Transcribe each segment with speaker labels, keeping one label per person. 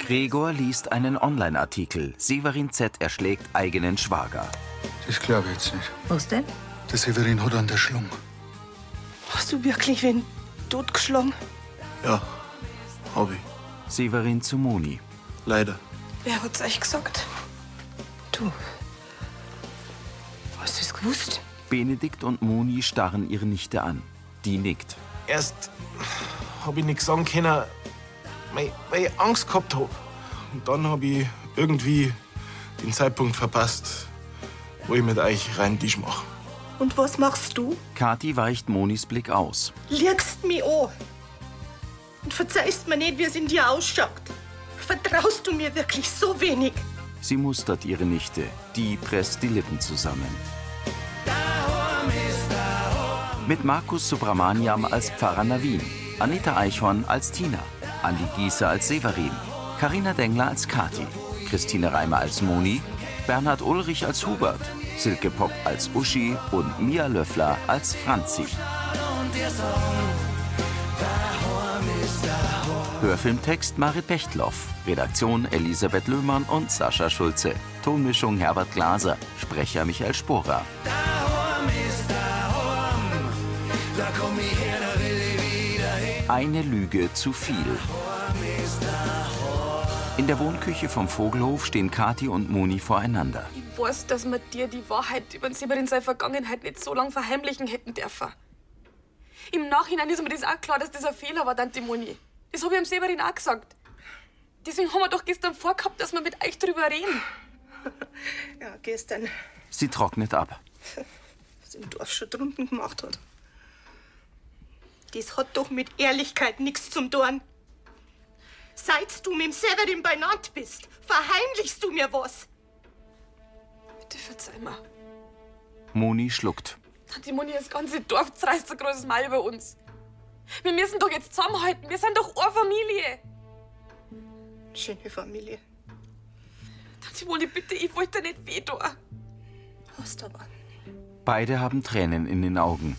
Speaker 1: Gregor liest einen Online-Artikel. Severin Z. erschlägt eigenen Schwager.
Speaker 2: Das glaube ich jetzt nicht.
Speaker 3: Was denn?
Speaker 2: Der Severin hat einen der Schlung.
Speaker 4: Hast du wirklich wen totgeschlagen?
Speaker 5: Ja, hab ich.
Speaker 1: Severin zu Moni.
Speaker 5: Leider.
Speaker 4: Wer hat's euch gesagt? Du. Hast du es gewusst?
Speaker 1: Benedikt und Moni starren ihre Nichte an. Die nickt.
Speaker 6: Erst hab ich nix sagen können, weil weil ich Angst gehabt hab. Und dann hab ich irgendwie den Zeitpunkt verpasst, wo ich mit euch rein Tisch mach.
Speaker 4: Und was machst du?
Speaker 1: Kathi weicht Monis Blick aus.
Speaker 4: Liegst mich an. Und verzeihst mir nicht, wie es in dir ausschaut. Vertraust du mir wirklich so wenig?
Speaker 1: Sie mustert ihre Nichte. Die presst die Lippen zusammen. Mit Markus Subramaniam als Pfarrer Navin, Anita Eichhorn als Tina, Andi Gieser als Severin, Karina Dengler als Kati, Christine Reimer als Moni, Bernhard Ulrich als Hubert, Silke Pop als Uschi und Mia Löffler als Franzi. Hörfilmtext Marit Bechtloff, Redaktion Elisabeth Löhmann und Sascha Schulze, Tonmischung Herbert Glaser, Sprecher Michael Sporer. Eine Lüge zu viel. In der Wohnküche vom Vogelhof stehen Kathi und Moni voreinander.
Speaker 7: Ich weiß, dass wir dir die Wahrheit über den Severin seine Vergangenheit nicht so lange verheimlichen hätten dürfen. Im Nachhinein ist mir das auch klar, dass das ein Fehler war, Tante Moni. Das habe ich dem Severin auch gesagt. Deswegen haben wir doch gestern vorgehabt, dass wir mit euch drüber reden.
Speaker 4: Ja, gestern,
Speaker 1: Sie trocknet ab.
Speaker 4: was im Dorf schon drunten gemacht hat. Das hat doch mit Ehrlichkeit nichts zum Dorn. Seit du mit dem Severin beinannt bist, verheimlichst du mir was.
Speaker 7: Bitte verzeih mir.
Speaker 1: Moni schluckt.
Speaker 7: Tante Moni, das ganze Dorf zerreißt so großes Mal über uns. Wir müssen doch jetzt zusammenhalten. Wir sind doch eine Familie.
Speaker 4: Schöne Familie.
Speaker 7: Tante Moni, bitte, ich wollte dir nicht weh tun.
Speaker 4: Hast aber
Speaker 1: Beide haben Tränen in den Augen.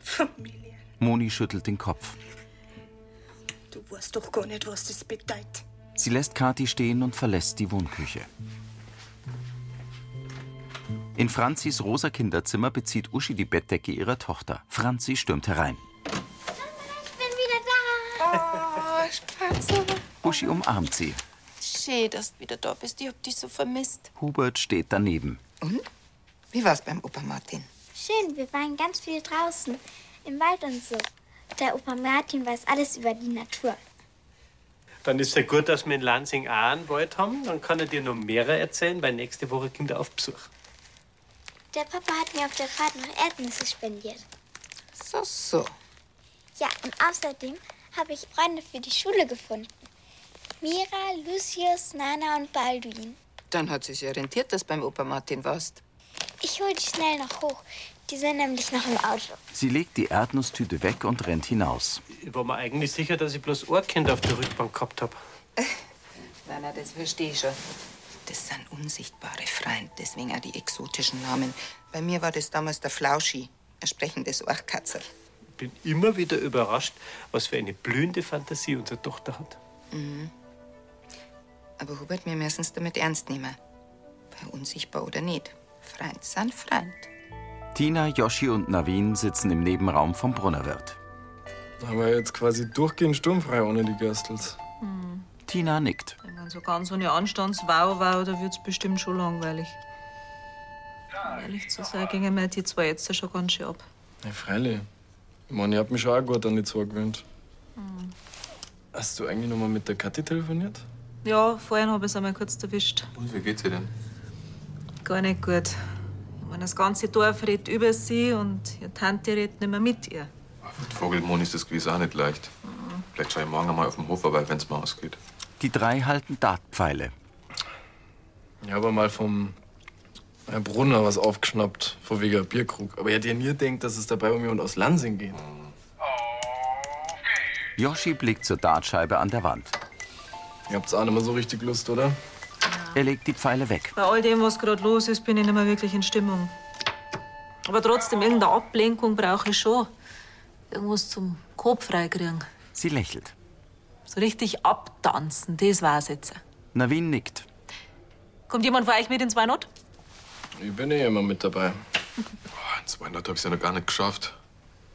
Speaker 4: Familie.
Speaker 1: Moni schüttelt den Kopf.
Speaker 4: Du weißt doch gar nicht, was das bedeutet.
Speaker 1: Sie lässt Kathi stehen und verlässt die Wohnküche. In Franzis rosa Kinderzimmer bezieht Uschi die Bettdecke ihrer Tochter. Franzi stürmt herein.
Speaker 8: bin wieder da. Oh, Spatzel.
Speaker 1: Uschi umarmt sie.
Speaker 8: Schön, dass du wieder da bist. Ich hab dich so vermisst.
Speaker 1: Hubert steht daneben.
Speaker 9: Wie war's beim Opa Martin?
Speaker 10: Schön, wir waren ganz viel draußen, im Wald und so. Der Opa Martin weiß alles über die Natur.
Speaker 11: Dann ist ja gut, dass wir in Lansing auch einen Wald haben. Dann kann er dir noch mehrere erzählen, weil nächste Woche kommt er auf Besuch.
Speaker 10: Der Papa hat mir auf der Fahrt noch Erdnüsse spendiert.
Speaker 9: So, so.
Speaker 10: Ja, und außerdem habe ich Freunde für die Schule gefunden. Mira, Lucius, Nana und Balduin.
Speaker 9: Dann hat sich ja rentiert, dass du beim Opa Martin warst.
Speaker 10: Ich hole die schnell noch hoch. Die sind nämlich noch im Auto.
Speaker 1: Sie legt die Erdnusstüte weg und rennt hinaus.
Speaker 11: Ich war mir eigentlich sicher, dass ich bloß ein Kind auf der Rückbank gehabt habe.
Speaker 9: Nein, nein, das verstehe ich schon. Das sind unsichtbare Freunde, deswegen auch die exotischen Namen. Bei mir war das damals der Flauschi, ein sprechendes Orchkatzel.
Speaker 11: Bin immer wieder überrascht, was für eine blühende Fantasie unsere Tochter hat.
Speaker 9: Mhm. Aber Hubert, wir müssen es damit ernst nehmen. Bei unsichtbar oder nicht. Freund sind Freund.
Speaker 1: Tina, Yoshi und Navin sitzen im Nebenraum vom Brunnerwirt.
Speaker 12: Aber jetzt quasi durchgehend sturmfrei ohne die Gerstels.
Speaker 1: Tina nickt.
Speaker 13: Wenn so ganz ohne Anstandswau war, da wird's bestimmt schon langweilig. Um ehrlich zu sein, gingen mir die zwei jetzt schon ganz schön ab.
Speaker 12: Ja, freilich. Ich meine, ich hab mich schon auch gut an die zwei gewöhnt.
Speaker 13: Hm.
Speaker 12: Hast du eigentlich noch mal mit der Kathi telefoniert?
Speaker 13: Ja, vorhin hab ich's einmal kurz erwischt.
Speaker 12: Und wie geht's ihr denn?
Speaker 13: Gar nicht gut. Ich meine, das ganze Dorf redet über sie und ihre Tante redet nicht mehr mit ihr.
Speaker 14: Mit Vogelmond ist es gewiss auch nicht leicht. Vielleicht schaue ich morgen einmal auf dem Hof vorbei, wenn's mal ausgeht.
Speaker 1: Die drei halten Dartpfeile.
Speaker 12: Ich habe mal vom Herr Brunner was aufgeschnappt, vor wegen einem Bierkrug. Aber ich hätte ja nie gedacht, dass es dabei um jemand aus Lansing geht.
Speaker 1: Yoshi blickt zur Dartscheibe an der Wand.
Speaker 12: Ihr habt's auch nicht mehr so richtig Lust, oder?
Speaker 1: Er legt die Pfeile weg.
Speaker 13: Bei all dem, was gerade los ist, bin ich nicht mehr wirklich in Stimmung. Aber trotzdem, irgendeine Ablenkung brauche ich schon. Irgendwas zum Kopf freikriegen.
Speaker 1: Sie lächelt.
Speaker 15: So richtig abtanzen, das war's jetzt.
Speaker 1: Navin nickt.
Speaker 15: Kommt jemand von euch mit ins Weinot?
Speaker 12: Ich bin eh immer mit dabei.
Speaker 14: Boah, ins Weinland habe ich ja noch gar nicht geschafft.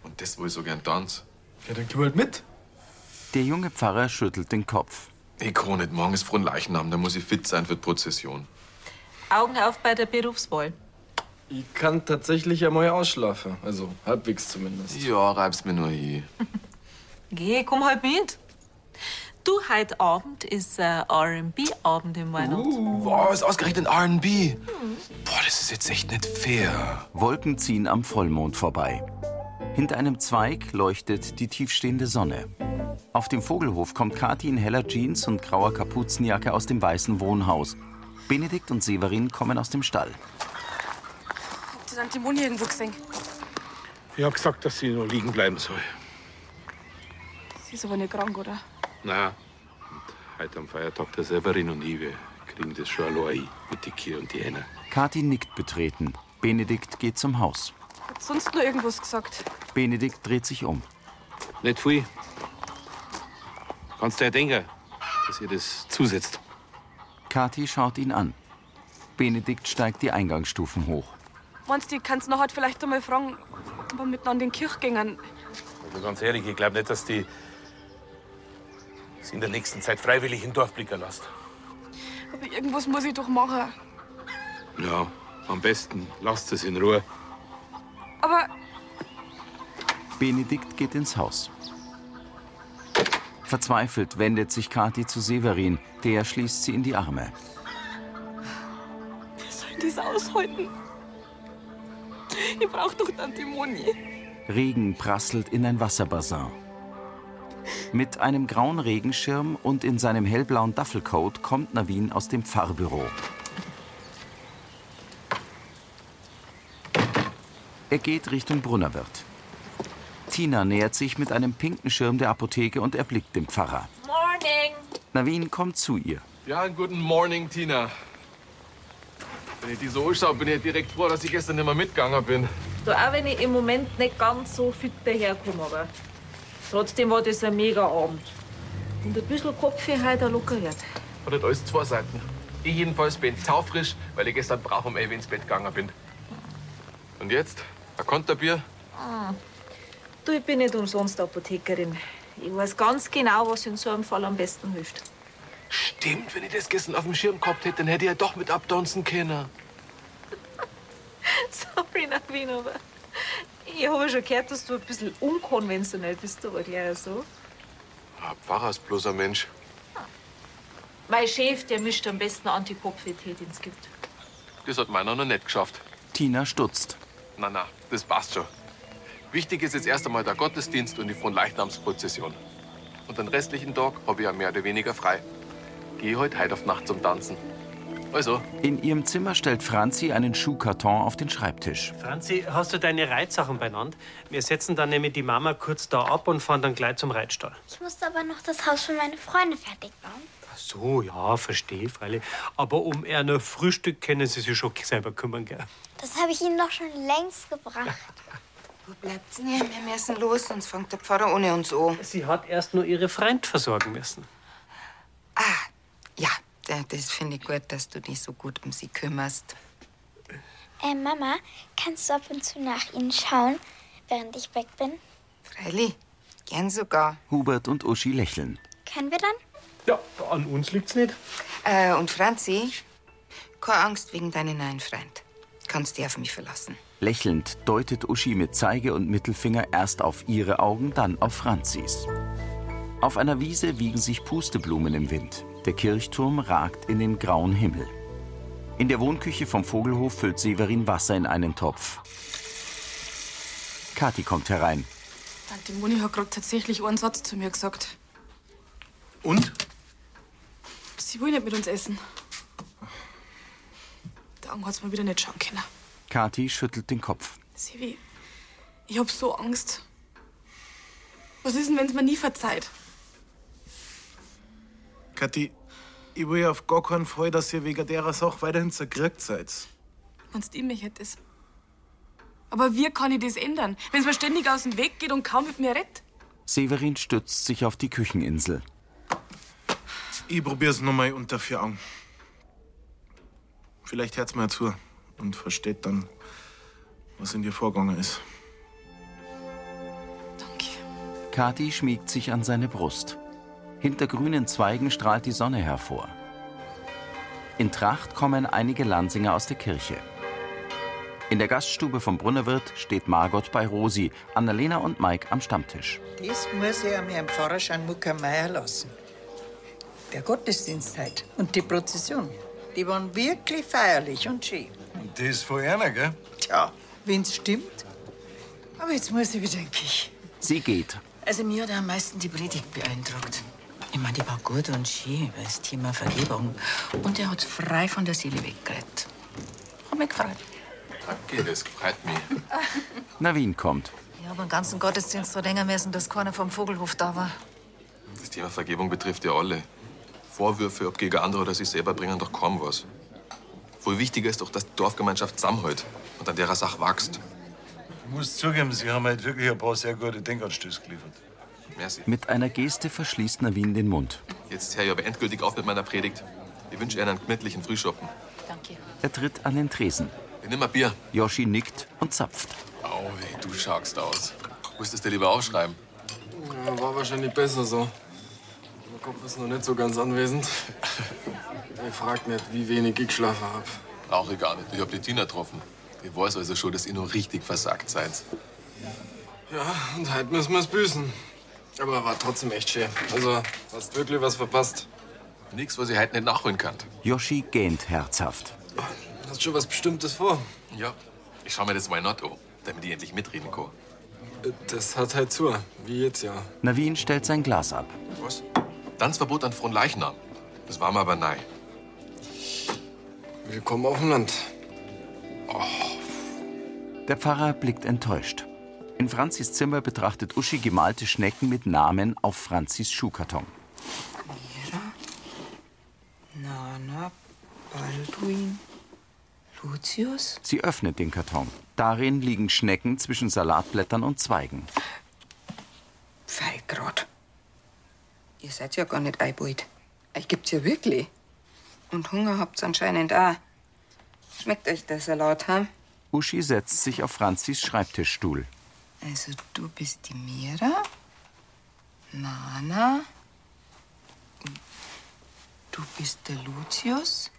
Speaker 14: Und das, wo ich so gern tanze.
Speaker 12: Ja, dann geh halt mit.
Speaker 1: Der junge Pfarrer schüttelt den Kopf.
Speaker 14: Ich kann nicht, morgen ist frohen Leichnam, da muss ich fit sein für die Prozession.
Speaker 15: Augen auf bei der Berufswahl.
Speaker 12: Ich kann tatsächlich einmal ausschlafen. Also halbwegs zumindest.
Speaker 14: Ja, reib's mir nur je.
Speaker 15: Geh, komm halt mit. Du, heute Abend ist äh, R&B-Abend im Weinort.
Speaker 14: Was? Ausgerechnet R&B? Boah, das ist jetzt echt nicht fair.
Speaker 1: Wolken ziehen am Vollmond vorbei. Hinter einem Zweig leuchtet die tiefstehende Sonne. Auf dem Vogelhof kommt Kathi in heller Jeans und grauer Kapuzenjacke aus dem weißen Wohnhaus. Benedikt und Severin kommen aus dem Stall.
Speaker 7: Habt ihr dann die Moni irgendwo gesehen?
Speaker 16: Ich hab gesagt, dass sie nur liegen bleiben soll.
Speaker 7: Sie ist aber nicht krank, oder?
Speaker 16: Na, und heute am Feiertag der Severin und ich, wir kriegen das schon allein hin, mit die Kier und die Henner.
Speaker 1: Kathi nickt betreten. Benedikt geht zum Haus.
Speaker 7: Hat sonst nur irgendwas gesagt?
Speaker 1: Benedikt dreht sich um.
Speaker 16: Nicht viel. Kannst du ja denken, dass ihr das zusetzt.
Speaker 1: Kathi schaut ihn an. Benedikt steigt die Eingangsstufen hoch.
Speaker 7: Meinst du, ich kann's nachher vielleicht einmal fragen, ob wir miteinander in die Kirche gingen?
Speaker 17: Also ganz ehrlich, ich glaube nicht, dass die sie in der nächsten Zeit freiwillig in Dorfblicker lässt.
Speaker 7: Aber irgendwas muss ich doch machen.
Speaker 16: Ja, am besten lasst es in Ruhe.
Speaker 7: Aber
Speaker 1: Benedikt geht ins Haus. Verzweifelt wendet sich Kathi zu Severin, der schließt sie in die Arme.
Speaker 7: wir sollen das aushalten. Ich brauch doch Tante Moni.
Speaker 1: Regen prasselt in ein Wasserbassin. Mit einem grauen Regenschirm und in seinem hellblauen Duffelcoat kommt Navin aus dem Pfarrbüro. Er geht Richtung Brunnerwirt. Tina nähert sich mit einem pinken Schirm der Apotheke und erblickt den Pfarrer.
Speaker 12: Morning.
Speaker 1: Navin kommt zu ihr.
Speaker 12: Ja, guten Morning, Tina. Wenn ich die so anschaue, bin ich direkt froh, dass ich gestern nicht mehr mitgegangen bin.
Speaker 15: Du, auch wenn ich im Moment nicht ganz so fit daherkomme, aber trotzdem war das ein mega Abend. Und ein bisschen Kopf heute locker wird.
Speaker 12: Hat halt alles zwei Seiten. Ich jedenfalls bin taufrisch, weil ich gestern brav um 11 ins Bett gegangen bin. Und jetzt? Ein Konterbier?
Speaker 15: Ah. Du, ich bin nicht umsonst Apothekerin. Ich weiß ganz genau, was in so einem Fall am besten hilft.
Speaker 12: Stimmt, wenn ich das gestern auf dem Schirm gehabt hätte, dann hätte ich ja doch mit abdonzen können.
Speaker 15: Sorry, Navin, aber ich habe schon gehört, dass du ein bisschen unkonventionell bist, aber gleich so.
Speaker 14: Ah, Pfarrer ist bloß ein Mensch.
Speaker 15: Mein Chef, der mischt am besten Antikopfetee, den es gibt.
Speaker 14: Das hat meiner noch nicht geschafft.
Speaker 1: Tina stutzt.
Speaker 14: Na, na, das passt schon. Wichtig ist jetzt erst einmal der Gottesdienst und die Fronleichnamsprozession. Und den restlichen Tag habe ich ja mehr oder weniger frei. Geh heute heut auf Nacht zum Tanzen. Also,
Speaker 1: In ihrem Zimmer stellt Franzi einen Schuhkarton auf den Schreibtisch.
Speaker 11: Franzi, hast du deine Reitsachen beieinander? Wir setzen dann nämlich die Mama kurz da ab und fahren dann gleich zum Reitstall.
Speaker 10: Ich musste aber noch das Haus für meine Freunde fertig bauen.
Speaker 11: Ach so, ja, verstehe, freilich. Aber um eher nur Frühstück können sie sich schon selber kümmern, gell?
Speaker 10: Das habe ich ihnen doch schon längst gebracht.
Speaker 9: Wo bleibt's denn? hier? Wir müssen los, sonst fängt der Pfarrer ohne uns an.
Speaker 11: Sie hat erst nur ihre Freund versorgen müssen.
Speaker 9: Ah, Ja, da- das finde ich gut, dass du dich so gut um sie kümmerst.
Speaker 10: Äh, Mama, kannst du ab und zu nach ihnen schauen, während ich weg bin?
Speaker 9: Freilich, gern sogar.
Speaker 1: Hubert und Uschi lächeln.
Speaker 10: Können wir dann?
Speaker 11: Ja, an uns liegt's nicht.
Speaker 9: Äh, und Franzi, keine Angst wegen deinem neuen Freund. Kannst dich auf mich verlassen.
Speaker 1: Lächelnd deutet Uschi mit Zeige und Mittelfinger erst auf ihre Augen, dann auf Franzis. Auf einer Wiese wiegen sich Pusteblumen im Wind. Der Kirchturm ragt in den grauen Himmel. In der Wohnküche vom Vogelhof füllt Severin Wasser in einen Topf. Kathi kommt herein.
Speaker 7: Tante Moni hat gerade tatsächlich einen Satz zu mir gesagt.
Speaker 16: Und?
Speaker 7: Sie will nicht mit uns essen. Der Augen hat's mir wieder nicht schauen können.
Speaker 1: Kathi schüttelt den Kopf.
Speaker 7: Sevi, ich hab so Angst. Was ist denn, wenn's mir nie verzeiht?
Speaker 6: Kathi, ich will auf gar keinen Fall, dass ihr wegen derer Sache weiterhin zerkriegt seid.
Speaker 7: Wenn's ihm mich hättest. Aber wie kann ich das ändern, wenn's mir ständig aus dem Weg geht und kaum mit mir redet?
Speaker 1: Severin stützt sich auf die Kücheninsel.
Speaker 6: Ich probier's nochmal unter vier Augen. Vielleicht hört's mir ja zu und versteht dann, was in dir vorgegangen ist.
Speaker 1: Kathi schmiegt sich an seine Brust. Hinter grünen Zweigen strahlt die Sonne hervor. In Tracht kommen einige Lansinger aus der Kirche. In der Gaststube vom Brunnerwirt steht Margot bei Rosi, Annalena und Mike am Stammtisch.
Speaker 18: Das muss ich an Herrn Pfarrer Schanmuckermeier lassen. Der Gottesdienst heute und die Prozession, die waren wirklich feierlich und schön.
Speaker 19: Und das von einer, gell?
Speaker 18: Tja, wenn's stimmt. Aber jetzt muss ich wieder in die Kirche.
Speaker 1: Sie geht.
Speaker 20: Also mir hat am meisten die Predigt beeindruckt. Ich meine, die war gut und schön über das Thema Vergebung. Und er hat frei von der Seele weggeredet. Hat mich gefreut.
Speaker 14: Danke, das freut mich.
Speaker 1: Navin kommt.
Speaker 15: Ich habe den ganzen Gottesdienst so länger müssen, dass keiner vom Vogelhof da war.
Speaker 14: Das Thema Vergebung betrifft ja alle. Vorwürfe, ob gegen andere oder sich selber, bringen doch kaum was. Wohl wichtiger ist doch, dass die Dorfgemeinschaft zusammenhält und an derer Sache wächst.
Speaker 19: Ich muss zugeben, Sie haben halt wirklich ein paar sehr gute Denkanstöße geliefert.
Speaker 14: Merci.
Speaker 1: Mit einer Geste verschließt Navin den Mund.
Speaker 14: Jetzt höre ich aber endgültig auf mit meiner Predigt. Ich wünsche Ihnen einen gemütlichen Frühschoppen.
Speaker 1: Er tritt an den Tresen.
Speaker 14: Ich nimm ein Bier.
Speaker 1: Yoshi nickt und zapft.
Speaker 14: Au, hey, du schaust aus. Musstest dir lieber aufschreiben.
Speaker 12: Ja, war wahrscheinlich besser so. Mein Kopf ist noch nicht so ganz anwesend. Ich frag nicht, wie wenig ich geschlafen habe.
Speaker 14: Brauche ich gar nicht. Ich hab die Tina getroffen. Ich weiß also schon, dass ihr noch richtig versagt seid.
Speaker 12: Ja, und halt müssen wir es büßen. Aber war trotzdem echt schön. Also, hast wirklich was verpasst.
Speaker 14: Nichts, was ich halt nicht nachholen kann.
Speaker 1: Yoshi gähnt herzhaft.
Speaker 12: Hast schon was Bestimmtes vor.
Speaker 14: Ja, ich schau mir das Why Not an, damit ich endlich mitreden kann.
Speaker 12: Das hat halt zu. Wie jetzt ja.
Speaker 1: Navin stellt sein Glas ab.
Speaker 14: Was? Tanzverbot an frohen Leichnam. Das war mir aber nein.
Speaker 12: Willkommen auf dem Land.
Speaker 1: Der Pfarrer blickt enttäuscht. In Franzis Zimmer betrachtet Uschi gemalte Schnecken mit Namen auf Franzis Schuhkarton.
Speaker 9: Nana, Balduin, Lucius.
Speaker 1: Sie öffnet den Karton. Darin liegen Schnecken zwischen Salatblättern und Zweigen.
Speaker 9: Feigrad. Ihr seid ja gar nicht eingebaut. Euch gibt's ja wirklich. Und Hunger habt's anscheinend auch. Schmeckt euch der Salat, hm?
Speaker 1: Uschi setzt sich auf Franzis Schreibtischstuhl.
Speaker 9: Also du bist die Mira, Nana, du bist der Lucius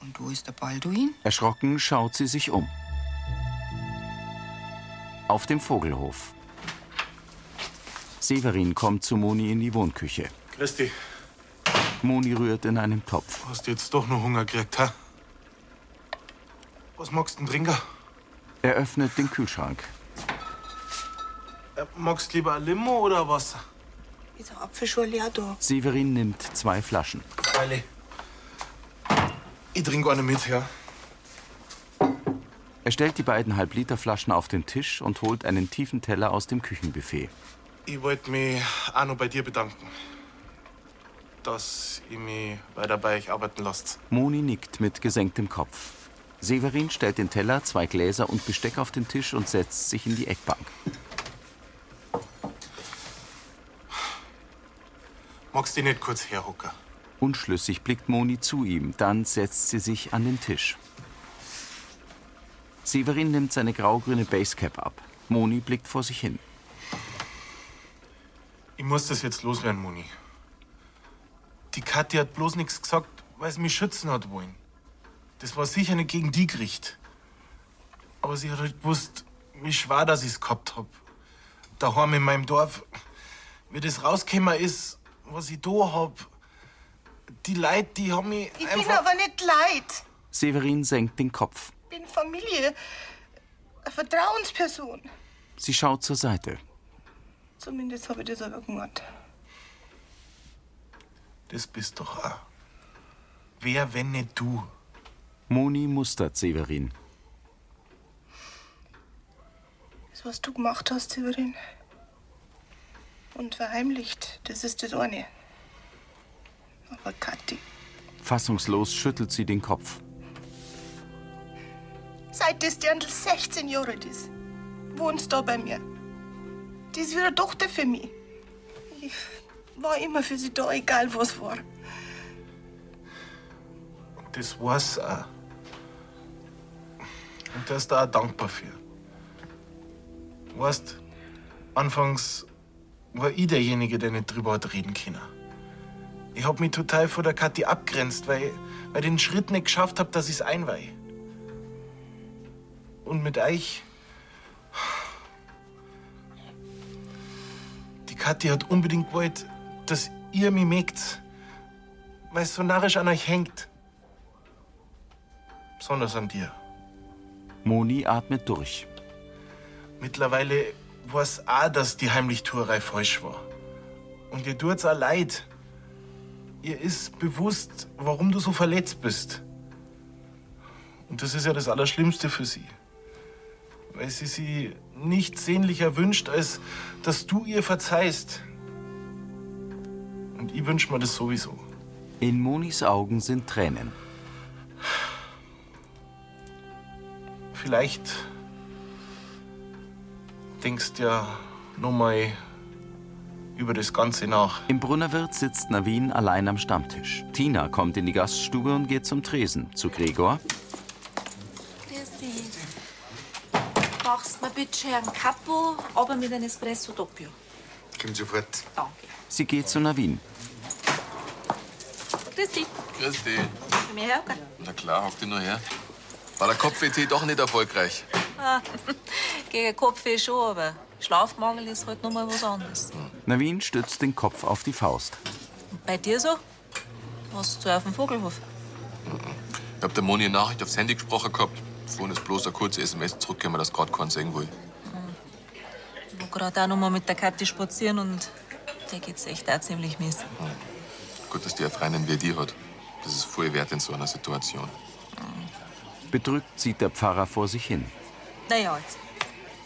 Speaker 9: und wo ist der Balduin?
Speaker 1: Erschrocken schaut sie sich um. Auf dem Vogelhof. Severin kommt zu Moni in die Wohnküche.
Speaker 6: Christi,
Speaker 1: Moni rührt in einem Topf.
Speaker 6: hast du jetzt doch noch Hunger gekriegt, hä? Was magst du denn trinken?
Speaker 1: Er öffnet den Kühlschrank.
Speaker 6: Äh, magst du lieber ein Limo oder Wasser?
Speaker 4: Ist der Apfel schon leer da?
Speaker 1: Severin nimmt zwei Flaschen.
Speaker 6: Eile. Ich trinke eine mit, ja.
Speaker 1: Er stellt die beiden Halbliterflaschen auf den Tisch und holt einen tiefen Teller aus dem Küchenbuffet.
Speaker 6: Ich wollte mich auch noch bei dir bedanken, dass ihr mich weiter bei euch arbeiten lasst.
Speaker 1: Moni nickt mit gesenktem Kopf. Severin stellt den Teller, zwei Gläser und Besteck auf den Tisch und setzt sich in die Eckbank.
Speaker 6: Magst du dich nicht kurz herhocken?
Speaker 1: Unschlüssig blickt Moni zu ihm, dann setzt sie sich an den Tisch. Severin nimmt seine grau-grüne Basecap ab. Moni blickt vor sich hin.
Speaker 6: Ich muss das jetzt loswerden, Moni. Die Kathi hat bloß nichts gesagt, weil sie mich schützen hat wollen. Das war sicher nicht gegen die gericht. Aber sie hat halt gewusst, wie schwer dass ich's gehabt hab. Daheim in meinem Dorf, wie das rausgekommen ist, was ich da hab. Die Leute, die haben mich
Speaker 4: Ich bin
Speaker 6: einfach...
Speaker 4: aber nicht leid.
Speaker 1: Severin senkt den Kopf.
Speaker 4: Ich bin Familie. Eine Vertrauensperson.
Speaker 1: Sie schaut zur Seite.
Speaker 4: Zumindest habe ich das aber gemacht.
Speaker 6: Das bist doch auch. Wer, wenn nicht du?
Speaker 1: Moni mustert Severin.
Speaker 4: Das, was du gemacht hast, Severin. Und verheimlicht, das ist das eine. Aber Kathi,
Speaker 1: Fassungslos schüttelt sie den Kopf.
Speaker 4: seit das Dirndl 16 Jahre alt ist, wohnst da bei mir. Die ist wieder Tochter für mich. Ich War immer für sie da, egal was war.
Speaker 6: Das war's auch. Und der ist da auch dankbar für. Weißt, anfangs war ich derjenige, der nicht drüber hat reden können. Ich hab mich total von der Kathi abgrenzt, weil, weil ich den Schritt nicht geschafft hab, dass ich's einweihe. Und mit euch. Die Kathi hat unbedingt gewollt, dass ihr mich mögt, weil es so narrisch an euch hängt. Besonders an dir.
Speaker 1: Moni atmet durch.
Speaker 6: Mittlerweile weiß auch, dass die Heimlichtuerei falsch war. Und ihr tut's auch leid. Ihr ist bewusst, warum du so verletzt bist. Und das ist ja das Allerschlimmste für sie. Weil sie sie nicht sehnlicher wünscht, als dass du ihr verzeihst. Und ich wünsch mir das sowieso.
Speaker 1: In Monis Augen sind Tränen.
Speaker 6: Vielleicht denkst ja noch mal über das Ganze nach.
Speaker 1: Im Brunnerwirt sitzt Navin allein am Stammtisch. Tina kommt in die Gaststube und geht zum Tresen zu Gregor.
Speaker 15: Grüß dich. Machst mir bitte schön einen Capo, aber mit einem Espresso doppio.
Speaker 2: Kommt sofort.
Speaker 1: Sie geht zu Navin.
Speaker 15: Grüß dich.
Speaker 14: Grüß dich.
Speaker 15: Für mich helfen?
Speaker 14: Na klar, hock dich nur her. War der Kopf-WT doch nicht erfolgreich?
Speaker 15: Ah, Gegen Kopfweh schon, aber Schlafmangel ist halt noch mal was anderes.
Speaker 1: Navin stützt den Kopf auf die Faust.
Speaker 15: Und bei dir so? Hast du auf dem Vogelhof?
Speaker 14: Ich hab der Moni eine Nachricht aufs Handy gesprochen gehabt. Vorhin ist bloß eine kurze SMS zurückgekommen, dass gerade keinen sehen will.
Speaker 15: Hm. Ich war gerade auch noch mal mit der Kathi spazieren und der geht's echt auch ziemlich mies.
Speaker 14: Gut, dass die eine Freundin wie die hat. Das ist voll wert in so einer Situation.
Speaker 1: Bedrückt sieht der Pfarrer vor sich hin.
Speaker 15: Naja, jetzt.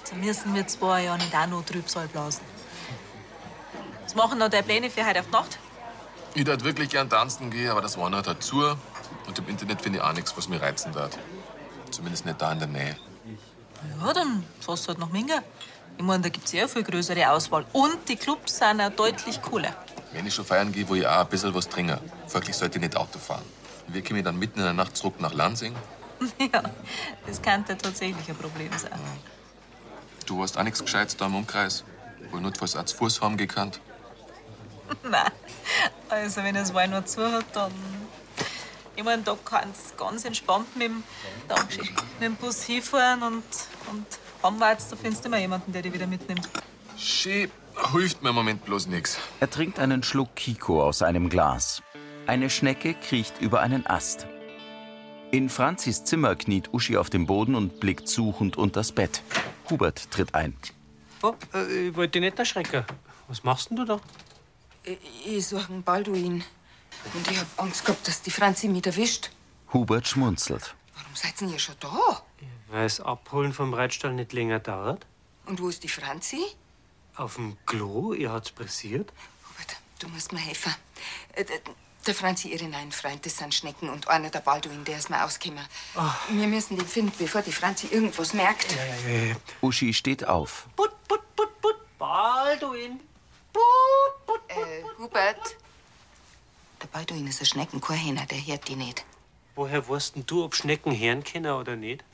Speaker 15: Jetzt müssen wir zwei ja nicht auch noch Trübsal blasen. Was machen noch deine Pläne für heute auf die Nacht?
Speaker 14: Ich würde wirklich gern tanzen gehen, aber das One hat zu. Und im Internet finde ich auch nichts, was mich reizen wird. Zumindest nicht da in der Nähe.
Speaker 15: Ja, dann fährst du halt nach Minga. Ich meine, da gibt's ja viel größere Auswahl. Und die Clubs sind auch deutlich cooler.
Speaker 14: Wenn ich schon feiern gehe, wo ich auch ein bisschen was trinke. Wirklich sollte ich nicht Auto fahren. Wir kommen dann mitten in der Nacht zurück nach Lansing.
Speaker 15: ja, das könnte tatsächlich ein Problem sein.
Speaker 14: Du hast auch nichts Gescheites da im Umkreis. Wohl notfalls als Fußform gekannt.
Speaker 15: Nein. Also, wenn es Wein noch zu hat, dann. Ich meine, da kannst du ganz entspannt mit dem, Dankeschön, mit dem Bus hinfahren und, und heimwärts, da findest du immer jemanden, der dich wieder mitnimmt.
Speaker 14: Schön. Hilft mir im Moment bloß nichts.
Speaker 1: Er trinkt einen Schluck Kiko aus einem Glas. Eine Schnecke kriecht über einen Ast. In Franzis Zimmer kniet Uschi auf dem Boden und blickt suchend unters Bett. Hubert tritt ein.
Speaker 11: Oh, äh, ich wollte dich nicht erschrecken. Was machst denn du da?
Speaker 9: Ich suche einen Balduin. Und ich hab Angst gehabt, dass die Franzi mich erwischt.
Speaker 1: Hubert schmunzelt.
Speaker 9: Warum seid denn ihr schon da?
Speaker 11: Weil das Abholen vom Reitstall nicht länger dauert.
Speaker 9: Und wo ist die Franzi?
Speaker 11: Auf dem Klo, ihr hat's pressiert.
Speaker 9: Du musst mir helfen. Äh, d- Der Franzi, ihren einen Freund, das sind Schnecken und einer der Balduin, der ist mir ausgekommen. Wir müssen den finden, bevor die Franzi irgendwas merkt.
Speaker 1: Uschi steht auf.
Speaker 11: Balduin.
Speaker 9: Äh, Hubert. Der Balduin ist ein Schneckenkorhähner, der hört die nicht.
Speaker 11: Woher weißt denn du, ob Schnecken Herren kennen oder nicht?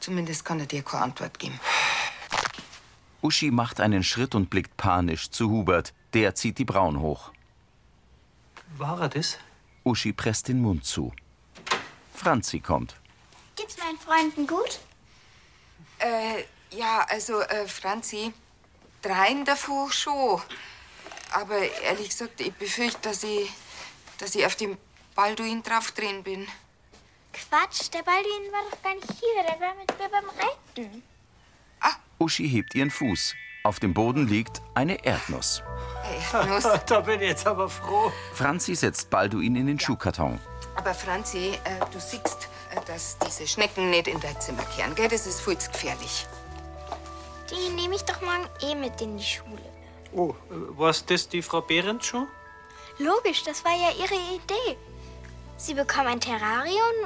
Speaker 9: Zumindest kann er dir keine Antwort geben.
Speaker 1: Uschi macht einen Schritt und blickt panisch zu Hubert. Der zieht die Brauen hoch.
Speaker 11: War er das?
Speaker 1: Uschi presst den Mund zu. Franzi kommt.
Speaker 10: Geht's meinen Freunden gut?
Speaker 9: Äh, ja, also, äh, Franzi, dreien davor schon. Aber ehrlich gesagt, ich befürchte, dass ich, dass ich auf dem Balduin draufdrehen bin.
Speaker 10: Quatsch, der Balduin war doch gar nicht hier. Der war mit mir beim Reiten.
Speaker 1: Uschi hebt ihren Fuß. Auf dem Boden liegt eine Erdnuss.
Speaker 11: da bin ich jetzt aber froh.
Speaker 1: Franzi setzt Balduin in den Schuhkarton.
Speaker 9: Aber Franzi, äh, du siehst, äh, dass diese Schnecken nicht in dein Zimmer kehren, gell? Das ist voll zu gefährlich.
Speaker 10: Die nehme ich doch morgen eh mit in die Schule.
Speaker 11: Oh, äh, was das die Frau Behrendt schon?
Speaker 10: Logisch, das war ja ihre Idee. Sie bekommen ein Terrarium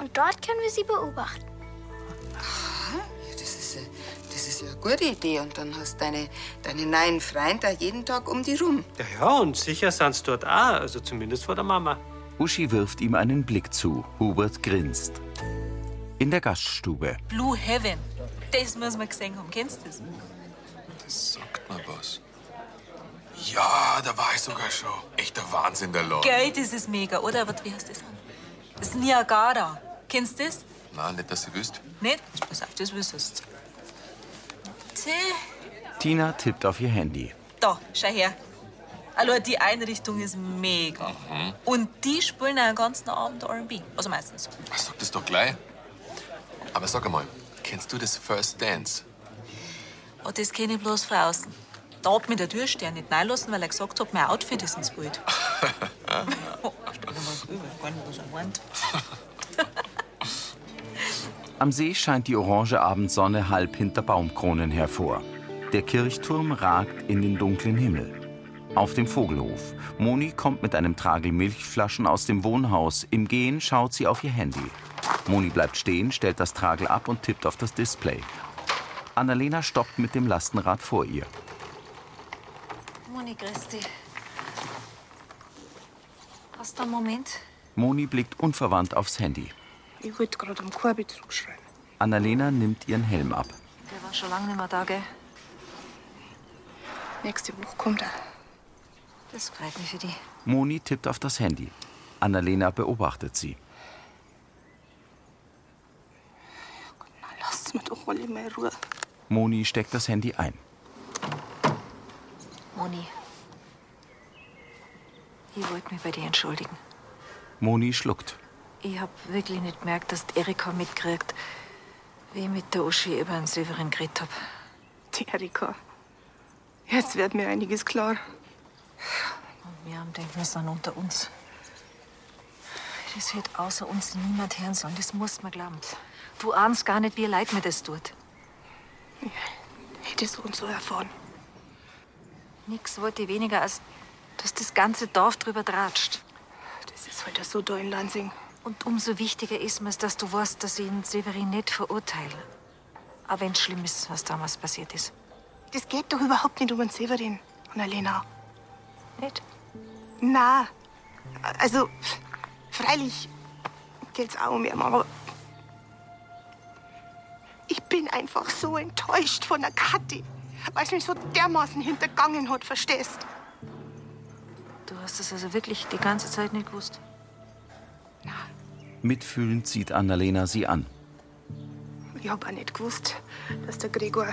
Speaker 10: und dort können wir sie beobachten.
Speaker 9: Das ist, äh, das ist ist ja eine gute Idee. Und dann hast du deine, deine neuen Freunde jeden Tag um die rum.
Speaker 11: Ja, ja, und sicher sind's dort auch, also zumindest vor der Mama.
Speaker 1: Uschi wirft ihm einen Blick zu. Hubert grinst. In der Gaststube.
Speaker 15: Blue Heaven. Das muss man gesehen haben. Kennst du das?
Speaker 5: Das sagt mir was.
Speaker 14: Ja, da war ich sogar schon. Echter Wahnsinn, der Lord.
Speaker 15: Gell, das ist mega, oder? Aber wie heißt das an? Das ist Niagara. Kennst du das?
Speaker 14: Na, nicht, dass du wüsst.
Speaker 15: Nicht? Pass auf, das wüsstest du. Tja,
Speaker 1: Tina tippt auf ihr Handy.
Speaker 15: Da, schau her. Also die Einrichtung ist mega. Und die spielen einen ganzen Abend R&B. Also meistens.
Speaker 14: Was sagt das doch gleich? Aber sag einmal, kennst du das First Dance?
Speaker 15: Und das kenne ich bloß von außen. Da hat mich der Türsteher nicht reinlassen, weil er gesagt hat, mein Outfit ist ins Bild.
Speaker 14: Ja?
Speaker 15: Stell dir mal drüber, gar nicht, was er meint.
Speaker 1: Am See scheint die orange Abendsonne halb hinter Baumkronen hervor. Der Kirchturm ragt in den dunklen Himmel. Auf dem Vogelhof. Moni kommt mit einem Tragel Milchflaschen aus dem Wohnhaus. Im Gehen schaut sie auf ihr Handy. Moni bleibt stehen, stellt das Tragel ab und tippt auf das Display. Annalena stoppt mit dem Lastenrad vor ihr.
Speaker 21: Moni, Christi. Hast du einen Moment?
Speaker 1: Moni blickt unverwandt aufs Handy.
Speaker 21: Ich wollte gerade am Korbi zurückschreien.
Speaker 1: Annalena nimmt ihren Helm ab.
Speaker 21: Der war schon lange nicht mehr da, gell? Nächste Woche kommt er. Das freut mich für dich.
Speaker 1: Moni tippt auf das Handy. Annalena beobachtet sie.
Speaker 4: Lasst mir doch alle mal in Ruhe.
Speaker 1: Moni steckt das Handy ein.
Speaker 21: Moni. Ich wollte mich bei dir entschuldigen.
Speaker 1: Moni schluckt.
Speaker 21: Ich hab wirklich nicht gemerkt, dass die Erika mitkriegt, wie ich mit der Uschi über den Silverin geredet hab.
Speaker 4: Die Erika. Jetzt wird mir einiges klar.
Speaker 21: Und wir haben denkt, wir sind unter uns. Das wird außer uns niemand hören sollen. Das muss man glauben. Du ahnst gar nicht, wie leid mir das tut. Hätte so und so erfahren. Nix wollte ich weniger, als dass das ganze Dorf drüber dratscht. Das ist heute so da in Lansing. Und umso wichtiger ist mir, dass du weißt, dass ich den Severin nicht verurteile. Auch wenn es schlimm ist, was damals passiert ist.
Speaker 4: Das geht doch überhaupt nicht um den Severin und Alena.
Speaker 21: Nicht?
Speaker 4: Na, also freilich geht's auch um ihn, aber ich bin einfach so enttäuscht von der Kathi, weil sie mich so dermaßen hintergangen hat, verstehst?
Speaker 21: Du hast es also wirklich die ganze Zeit nicht gewusst.
Speaker 1: Mitfühlend sieht Annalena sie an.
Speaker 4: Ich hab auch nicht gewusst, dass der Gregor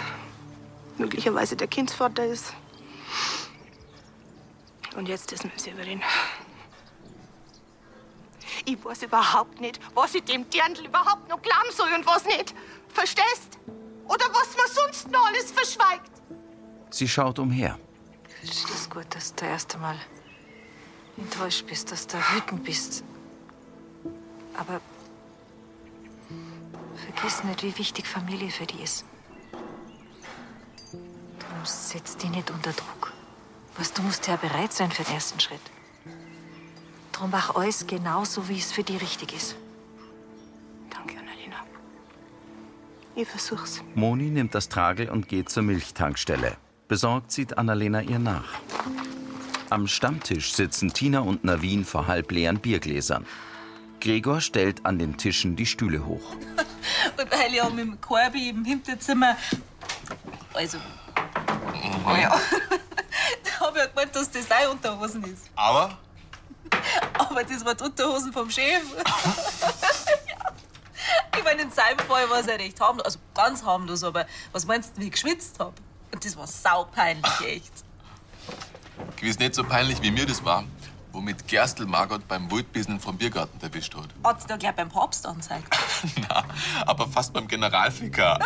Speaker 4: möglicherweise der Kindsvater ist. Und jetzt ist mit Severin. Ich weiß überhaupt nicht, was ich dem Dirndl überhaupt noch glauben soll und was nicht. Verstehst? Oder was man sonst noch alles verschweigt.
Speaker 1: Sie schaut umher.
Speaker 21: Ich wünsche dir gut, dass du erst einmal enttäuscht bist, dass du wütend bist. Aber vergiss nicht, wie wichtig Familie für dich ist. Du setzt dich nicht unter Druck. Was, du musst ja bereit sein für den ersten Schritt. Drum mach alles genauso, wie es für dich richtig ist.
Speaker 4: Danke, Annalena. Ich versuch's.
Speaker 1: Moni nimmt das Tragel und geht zur Milchtankstelle. Besorgt sieht Annalena ihr nach. Am Stammtisch sitzen Tina und Navin vor halbleeren Biergläsern. Gregor stellt an den Tischen die Stühle hoch.
Speaker 15: Und weil ich auch mit dem Korbi im Hinterzimmer. Also. Oh ja. da hab ich ja gemeint, dass das auch Unterhosen ist.
Speaker 14: Aber?
Speaker 15: Aber das waren die Unterhosen vom Chef. Ja. ich meine, in seinem Fall war es ja recht harmlos. Also ganz harmlos, aber was meinst du, wie ich geschwitzt hab? Und das war saupeinlich, echt.
Speaker 14: Gewiss nicht so peinlich, wie mir das war, womit Gerstl Margot beim Wildbisseln vom Biergarten erwischt hat.
Speaker 15: Hat sie da gleich beim Papst angezeigt.
Speaker 14: Na, aber fast beim Generalficker.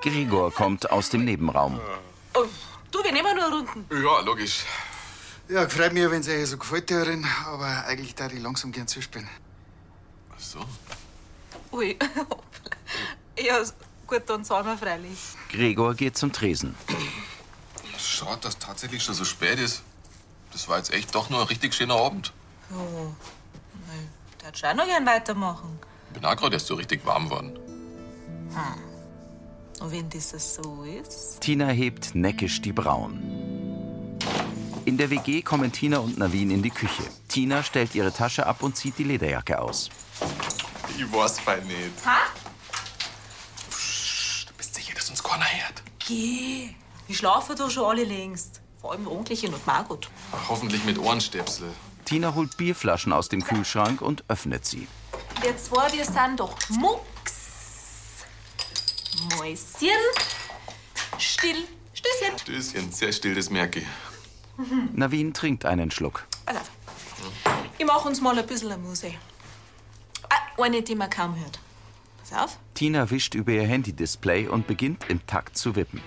Speaker 1: Gregor kommt aus dem Nebenraum.
Speaker 15: Oh, du, wir nehmen nur Runden.
Speaker 14: Ja, logisch.
Speaker 2: Ja, freut mich, wenn es euch so gefällt, Theorin, aber eigentlich darf ich langsam gern zuspielen.
Speaker 14: Ach so.
Speaker 15: Ui. ja, gut, dann sind wir freilich.
Speaker 1: Gregor geht zum Tresen.
Speaker 14: Schade, dass tatsächlich schon so spät ist. Das war jetzt echt doch nur ein richtig schöner Abend.
Speaker 15: Ja, nein, der hat schon auch noch gern weitermachen.
Speaker 14: Bin auch gerade erst so richtig warm worden.
Speaker 15: Hm. Und wenn das so ist?
Speaker 1: Tina hebt neckisch die Brauen. In der WG kommen Tina und Navin in die Küche. Tina stellt ihre Tasche ab und zieht die Lederjacke aus.
Speaker 14: Ich weiß fein nicht.
Speaker 7: Ha?
Speaker 14: Du bist sicher, dass uns keiner hört.
Speaker 15: Geh. Die schlafen doch schon alle längst. Vor allem Onkelchen und Margot.
Speaker 14: Ach, hoffentlich mit Ohrenstöpsel.
Speaker 1: Tina holt Bierflaschen aus dem Kühlschrank und öffnet sie.
Speaker 15: Wir zwei, wir sind doch Mucks. Mäuschen. Still. Stößchen.
Speaker 14: Stößchen, sehr still, das merke ich.
Speaker 15: Mhm.
Speaker 1: Navin trinkt einen Schluck.
Speaker 15: Also, ich mach uns mal ein bisschen eine Muse. Ah, eine, die man kaum hört. Pass auf.
Speaker 1: Tina wischt über ihr Handy-Display und beginnt im Takt zu wippen.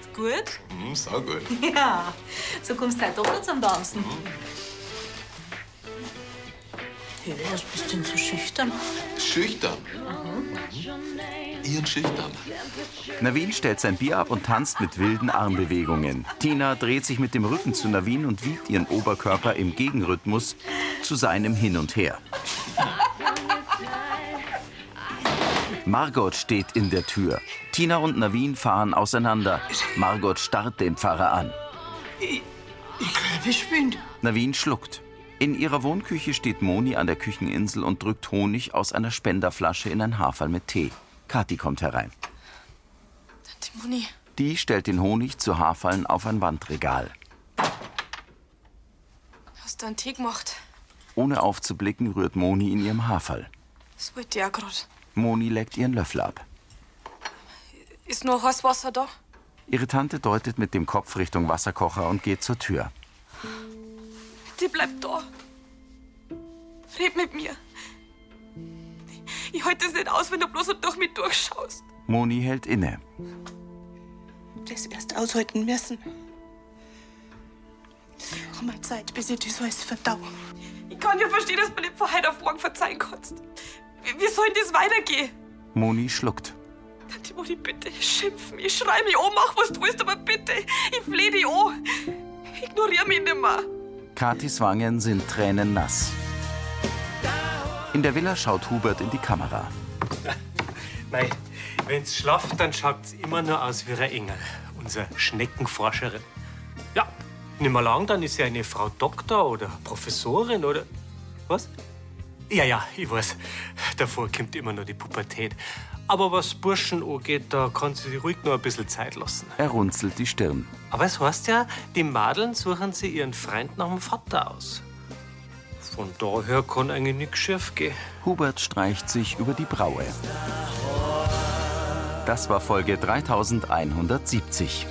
Speaker 15: Ist gut?
Speaker 14: Mhm, sau gut. Mhm.
Speaker 15: Ja. So kommst du halt doch noch zum Tanzen. Hey, was bist denn so schüchtern?
Speaker 14: Schüchtern. Ihren Schüchtern.
Speaker 1: Navin stellt sein Bier ab und tanzt mit wilden Armbewegungen. Tina dreht sich mit dem Rücken zu Navin und wiegt ihren Oberkörper im Gegenrhythmus zu seinem hin und her. Margot steht in der Tür. Tina und Navin fahren auseinander. Margot starrt den Pfarrer an.
Speaker 22: Ich, ich glaube, ich bin.
Speaker 1: Navin schluckt. In ihrer Wohnküche steht Moni an der Kücheninsel und drückt Honig aus einer Spenderflasche in ein Haferl mit Tee. Kathi kommt herein.
Speaker 20: Die Moni.
Speaker 1: Die stellt den Honig zu Haferln auf ein Wandregal.
Speaker 20: Hast du einen Tee gemacht?
Speaker 1: Ohne aufzublicken, rührt Moni in ihrem Haferl.
Speaker 20: Das wollte ich auch gerade.
Speaker 1: Moni leckt ihren Löffel ab.
Speaker 20: Ist nur heißes Wasser da?
Speaker 1: Ihre Tante deutet mit dem Kopf Richtung Wasserkocher und geht zur Tür.
Speaker 7: Bitte bleib da. Red mit mir. Ich halte es nicht aus, wenn du bloß durch mich durchschaust.
Speaker 1: Moni hält inne.
Speaker 4: Das erst aushalten müssen. Hab mal Zeit, bis ich das alles verdau.
Speaker 7: Ich kann ja verstehen, dass man nicht von heute auf morgen verzeihen kannst. Wie, wie soll das weitergehen?
Speaker 1: Moni schluckt.
Speaker 7: Tante Moni, bitte, schimpf mich, schrei mich an, mach was du willst, aber bitte, ich flehe dich an. Ignorier mich nicht mehr.
Speaker 1: Kathis Wangen sind tränennass. In der Villa schaut Hubert in die Kamera.
Speaker 11: Nein, wenn's schlaft, dann schaut's immer nur aus wie ein Engel. Unser Schneckenforscherin. Ja, nimmer lang, dann ist sie eine Frau Doktor oder Professorin oder. Was? Ja, ja, ich weiß. Davor kommt immer nur die Pubertät. Aber was Burschen angeht, da kann sie sich ruhig noch ein bisschen Zeit lassen.
Speaker 1: Er runzelt die Stirn.
Speaker 11: Aber es heißt ja, die Madeln suchen sie ihren Freund nach dem Vater aus. Von daher kann eigentlich nichts schief gehen.
Speaker 1: Hubert streicht sich über die Braue. Das war Folge 3170.